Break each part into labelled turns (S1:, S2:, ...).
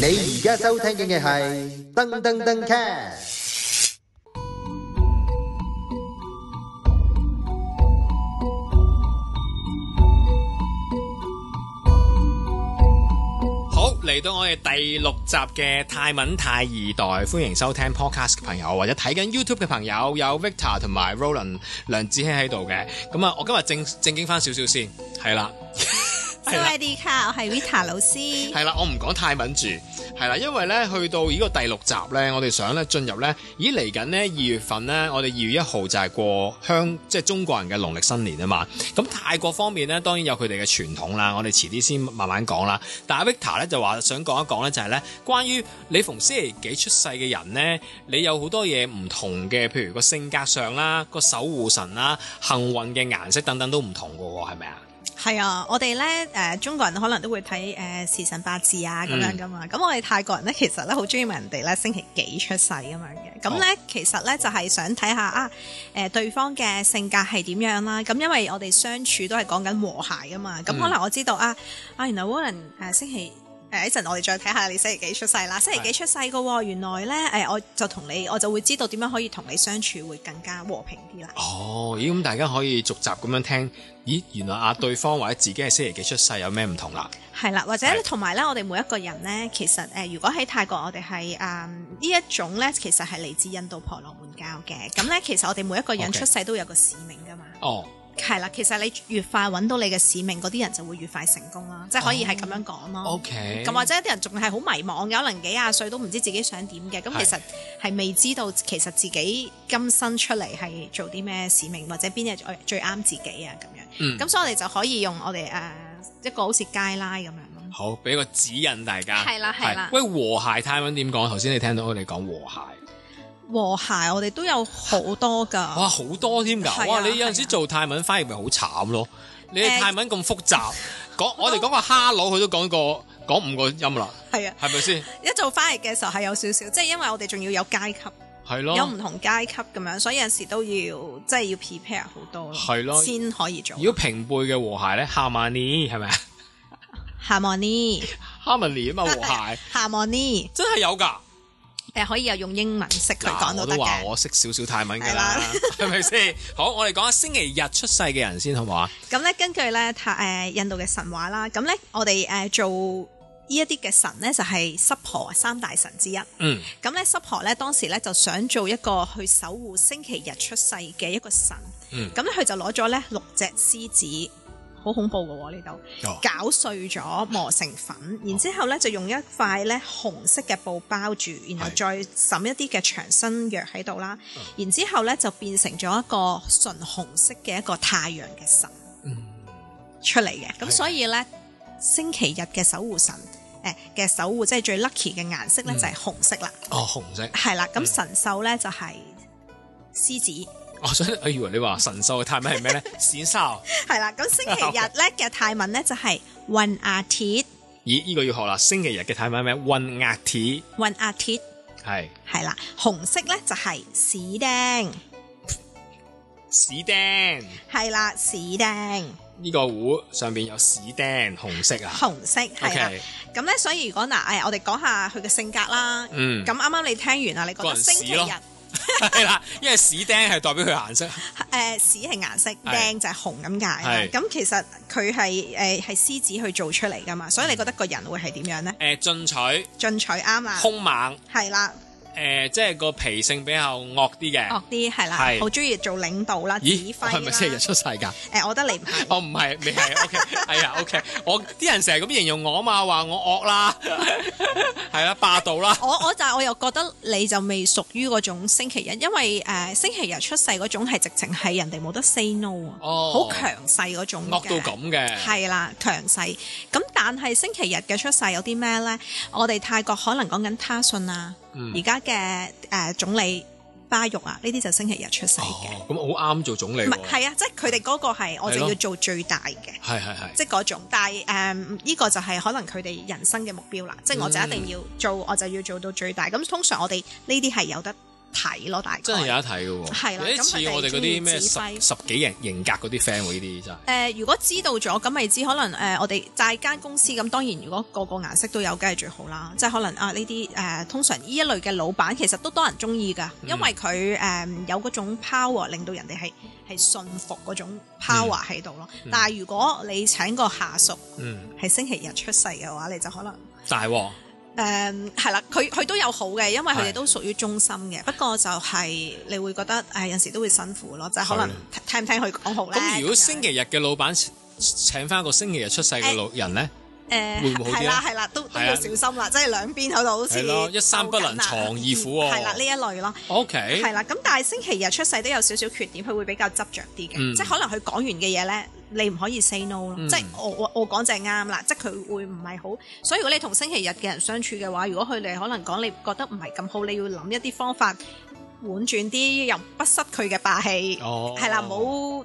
S1: 你而家收聽嘅係噔噔噔 cast。
S2: 好，嚟到我哋第六集嘅泰文泰二代，歡迎收聽 podcast 嘅朋友，或者睇緊 YouTube 嘅朋友，有 Victor 同埋 Roland 梁志興喺度嘅。咁啊，我今日正正經翻少少先，係啦，
S3: s
S2: 係啦
S3: w 啲卡，我係 Vita 老師。
S2: 係啦，我唔講泰文住，係啦，因為咧去到呢個第六集咧，我哋想咧進入咧，咦嚟緊呢二月份咧，我哋二月一號就係過香，即係中國人嘅農曆新年啊嘛。咁泰國方面咧，當然有佢哋嘅傳統啦，我哋遲啲先慢慢講啦。但係 Victor 咧就話想講一講咧，就係咧關於你逢星期幾出世嘅人咧，你有好多嘢唔同嘅，譬如個性格上啦、個守護神啦、幸運嘅顏色等等都唔同嘅喎，係咪啊？
S3: 係啊，我哋咧誒中國人可能都會睇誒、呃、時辰八字啊咁
S2: 嗯
S3: 樣噶嘛。咁、我哋泰國人咧其實咧好中意問人哋咧星期幾出世咁樣嘅。咁咧、其實咧就係、想睇下啊誒、呃、對方嘅性格係點樣啦。咁因為我哋相處都係講緊和諧噶嘛。咁
S2: 嗯
S3: 可能我知道啊啊原來可能誒星期。誒一陣，我哋再睇下你星期幾出世啦。星期幾出世嘅喎，原來咧誒、我就同你，我就會知道點樣可以同你相處會更加和平啲啦。
S2: 哦，咦，咁大家可以逐集咁樣聽，咦，原來啊對方或者自己係星期幾出世有咩唔同啦？
S3: 係啦，或者
S2: 係
S3: 同埋咧，我哋每一個人咧，其實誒、呃如果喺泰國，我哋係誒呢一種咧，其實係嚟自印度婆羅門教嘅。咁咧，其實我哋每一個人
S2: OK
S3: 出世都有個使命噶嘛。
S2: 哦，
S3: 係啦，其實你越快揾到你嘅使命，嗰啲人就會越快成功啦，即係可以係咁樣講咯。
S2: 哦 OK
S3: 咁或者有啲人仲係好迷茫，有可能幾廿歲都唔知自己想點嘅，咁
S2: 係
S3: 其實係未知道其實自己今生出嚟係做啲咩使命，或者邊日最啱自己啊咁樣。
S2: 嗯
S3: 咁、所以我哋就可以用我哋誒、呃一個好似街拉咁樣咯。
S2: 好，俾個指引大家。
S3: 係啦係啦
S2: 喂，和諧泰文點講？頭先你聽到我哋講和諧，
S3: 和諧，我哋都有好多
S2: 哇，
S3: 噶。
S2: 好多添
S3: 係
S2: 㗎！
S3: 啊
S2: 哇，你有陣
S3: 係
S2: 時
S3: 啊
S2: 做泰文翻譯咪好慘咯。你
S3: 誒
S2: 泰文咁複雜，講我哋講個哈佬，佢都講過講五個音啦，
S3: 係啊，
S2: 係咪先？
S3: 一做翻譯嘅時候係有少少，即係因為我哋仲要有階級，
S2: 係
S3: 有唔
S2: 咯。
S3: 同階級咁樣，所以有陣時都要即係要 prepare 好多，
S2: 係咯
S3: 先可以做。
S2: 如果平輩嘅和諧咧，哈馬尼係咪啊？
S3: 夏莫尼，
S2: 哈文尼啊嘛，和 諧
S3: 夏莫尼，
S2: 真係有㗎。
S3: 誒可以又用英文識佢
S2: 嗱，
S3: 講都
S2: 我
S3: 得
S2: 都話
S3: 嘅。
S2: 我識少少泰文㗎
S3: 係
S2: 啦
S3: 啦，
S2: 係咪先？好，我哋講下星期日出世嘅人先，好唔好啊？
S3: 咁咧，根據咧泰誒印度嘅神話啦，咁咧我哋誒做呢一啲嘅神咧就係濕婆三大神之一。
S2: 嗯，
S3: 咁咧濕婆咧當時咧就想做一個去守護星期日出世嘅一個神，
S2: 嗯
S3: 咁咧佢就攞咗咧六隻獅子，好恐怖嘅喎呢度，
S2: 哦
S3: 搞碎咗磨成粉，然之後咧就用一塊咧紅色嘅布包住，然後
S2: 係哦
S3: 再滲一啲嘅長生藥喺度啦，然之後咧就變成咗一個純紅色嘅一個太陽嘅神出嚟嘅，咁
S2: 嗯係
S3: 所以咧星期日嘅守護神。誒嘅守護即係最 lucky 嘅顏色
S2: 嗯
S3: 咧，就係紅色啦。
S2: 哦，紅色，
S3: 係啦，咁神獸咧就係 獅子，
S2: 我想我以為你話神獸嘅泰文係 咩咧？閃哨，
S3: 係啦，咁星期日咧嘅泰文咧就係運阿鐵，
S2: 咦？呢個要學啦。星期日嘅泰文係咩？混壓鐵
S3: 運阿鐵
S2: 係
S3: 係啦，紅色咧就係屎釘，
S2: 屎釘，
S3: 係啦，屎釘
S2: 呢個壺上邊有屎釘，紅色啊。
S3: 紅色係啦
S2: OK，，
S3: 咁咧所以如果嗱誒，我哋講下佢嘅性格啦，
S2: 嗯
S3: 咁啱啱你聽完啦，你覺
S2: 個
S3: 得
S2: 人
S3: 星期
S2: 屎咯
S3: 日
S2: 係啦，因為屎釘係代表佢顏色。
S3: 誒呃屎係顏色，釘就係紅咁解啦
S2: 係，
S3: 咁其實佢係呃誒係獅子去做出嚟噶嘛，所以你覺得個人會係點樣咧？
S2: 誒，進取、
S3: 進取啱啦，
S2: 兇猛，
S3: 係啦。
S2: 誒，即係個脾性比較惡啲嘅
S3: 惡。哦啲係啦
S2: 係，
S3: 好中意做領導啦、指
S2: 咦？
S3: 揮
S2: 我
S3: 啦。
S2: 係咪星期日出世㗎？
S3: 誒，我覺得你 唔係。
S2: 哦我唔係，你係 OK，係啊 OK。我啲人成日咁形容我啊嘛，話我惡 啦，係啦，霸道啦，
S3: 我我就係我又覺得你就未屬於嗰種星期日，因為誒、呃星期日出世嗰種係直情係人哋冇得 say no 啊，
S2: 哦
S3: 好強勢嗰種嘅
S2: 惡到咁嘅。
S3: 係啦，強勢。咁但係星期日嘅出世有啲咩呢？我哋泰國可能講緊他信啊，
S2: 嗯
S3: 而家嘅誒總理巴育啊，呢啲就星期日出世嘅。
S2: 哦，咁好啱做總理
S3: 唔係
S2: 喎。
S3: 係啊，即係佢哋嗰個係我
S2: 係
S3: 就
S2: 咯
S3: 要做最大嘅。
S2: 係係係。
S3: 即係嗰種，但係誒呢個就係可能佢哋
S2: 嗯
S3: 人生嘅目標啦，即係我就一定要做，我就要做到最大。咁通常我哋呢啲係有得睇咯，大概。
S2: 真係有得睇嘅喎。
S3: 係啦
S2: 有一次
S3: 咁佢哋
S2: 我哋嗰啲咩
S3: 中意指
S2: 十
S3: 揮
S2: 十幾人型格嗰啲 friend 喎，呢啲真係。
S3: 誒、如果知道咗，咁咪知可能誒、我哋債間公司咁，當然如果個個顏色都有，梗係最好啦。即係可能啊，呢啲誒通常呢一類嘅老闆其實都多人中意㗎，
S2: 嗯
S3: 因為佢誒、有嗰種 power，令到人哋係係信服嗰種 power 喺度咯。但係如果你請個下屬
S2: 嗯，
S3: 係星期日出世嘅話，你就可能。
S2: 大鑊。
S3: 誒係啦，佢佢都有好嘅，因為佢
S2: 係
S3: 哋都屬於中心嘅。不過就係你會覺得誒、有陣時都會辛苦咯，就係可能聽唔聽佢講好咧。
S2: 咁如果星
S3: 期
S2: 期日嘅老闆請翻個星期日出世嘅老人咧，
S3: 誒
S2: 會唔會好啲
S3: 係
S2: 咧
S3: 啦係啦，都都
S2: 係啊
S3: 要小心啦，即係兩邊喺度好似啊
S2: 係咯一山不能藏二虎喎
S3: 係啦呢一類咯。
S2: ，O K，
S3: 係啦，咁但係星期日出世都有少少缺點，佢會比較執着啲嘅，
S2: 嗯
S3: 即係可能佢講完嘅嘢咧，你唔可以 say no 咯、
S2: 嗯
S3: 即係我我我講就係啱啦，即係佢會唔係好，所以如果你同星期日嘅人相處嘅話，如果佢哋可能講你覺得唔係咁好，你要諗一啲方法婉轉啲，又不失佢嘅霸氣，
S2: 哦
S3: 係啦、唔好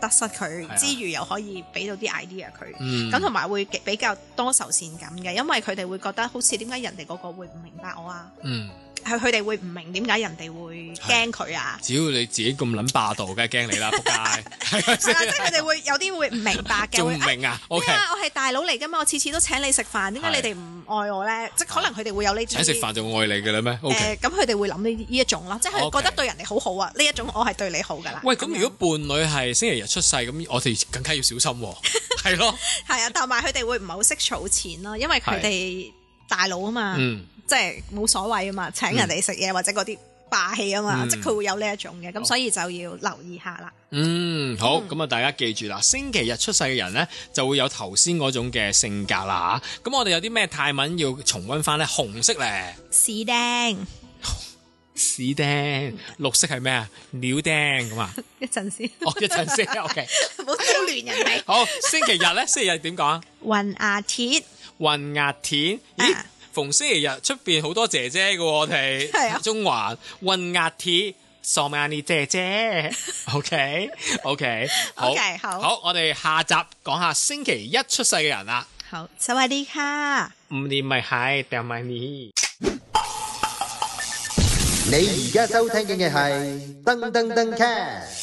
S3: 誒得失佢、
S2: 係啊
S3: 之餘又可以俾到啲 idea 佢。
S2: 嗯，
S3: 咁同埋會比較多愁善感嘅，因為佢哋會覺得好似點解人哋嗰個會唔明白我啊？
S2: 嗯，
S3: 係佢哋會唔明點解人哋會驚 佢啊？
S2: 只要你自己咁撚霸道，梗係驚你啦，仆街，係 咪
S3: 係啦，即
S2: 先
S3: 係佢哋會有啲會唔明白嘅，
S2: 仲
S3: 會
S2: 唔
S3: 哎
S2: 明 啊？O
S3: 咩
S2: K，
S3: 啊？我係大佬嚟噶嘛，我次次都請你食飯，點解
S2: 係
S3: 你哋唔愛我咧？即係可能佢哋會有呢啲
S2: 請食飯就愛你嘅啦咩？O K，
S3: 嗯誒，咁佢哋會諗呢呢一種咯，即係佢
S2: OK
S3: 覺得對人哋好好啊，呢一種我係對你好噶啦。
S2: 喂，咁
S3: 樣
S2: 如果伴侶係星期日出世，咁我哋更加要小心喎， 係咯，
S3: 係啊，同埋佢哋會唔係好識儲錢咯，因為佢哋大佬啊嘛，
S2: 嗯，
S3: 即係冇所謂啊嘛，請人哋食嘢或者嗰啲霸氣啊嘛，
S2: 嗯哦
S3: 即係佢會有呢一種嘅，咁所以就要留意下啦。
S2: 嗯，好，
S3: 嗯
S2: 咁啊，大家記住啦，星期日出世嘅人呢，就會有頭先嗰種嘅性格啦嚇。咁我哋有啲咩泰文要重温翻呢？紅色咧，
S3: 是釘
S2: 屎釘；綠色係咩啊？鳥釘咁啊！
S3: 一陣先，
S2: 哦，一陣先，OK。
S3: 冇騷亂人哋。
S2: 好，星期日呢？星期日點講啊？
S3: 混牙鐵
S2: 混壓田，咦
S3: 啊？
S2: 逢星期日出邊好多姐姐嘅喎，我哋
S3: 係啊
S2: 中環混壓鐵。索曼尼姐姐 ，OK OK，好
S3: OK，好
S2: 好，我哋下集講下星期一出世嘅人啦。
S3: 好，สวัสดีค่ะ
S2: 唔念咪係，掉咪你。
S1: 你而家收聽嘅係噔噔噔 cast。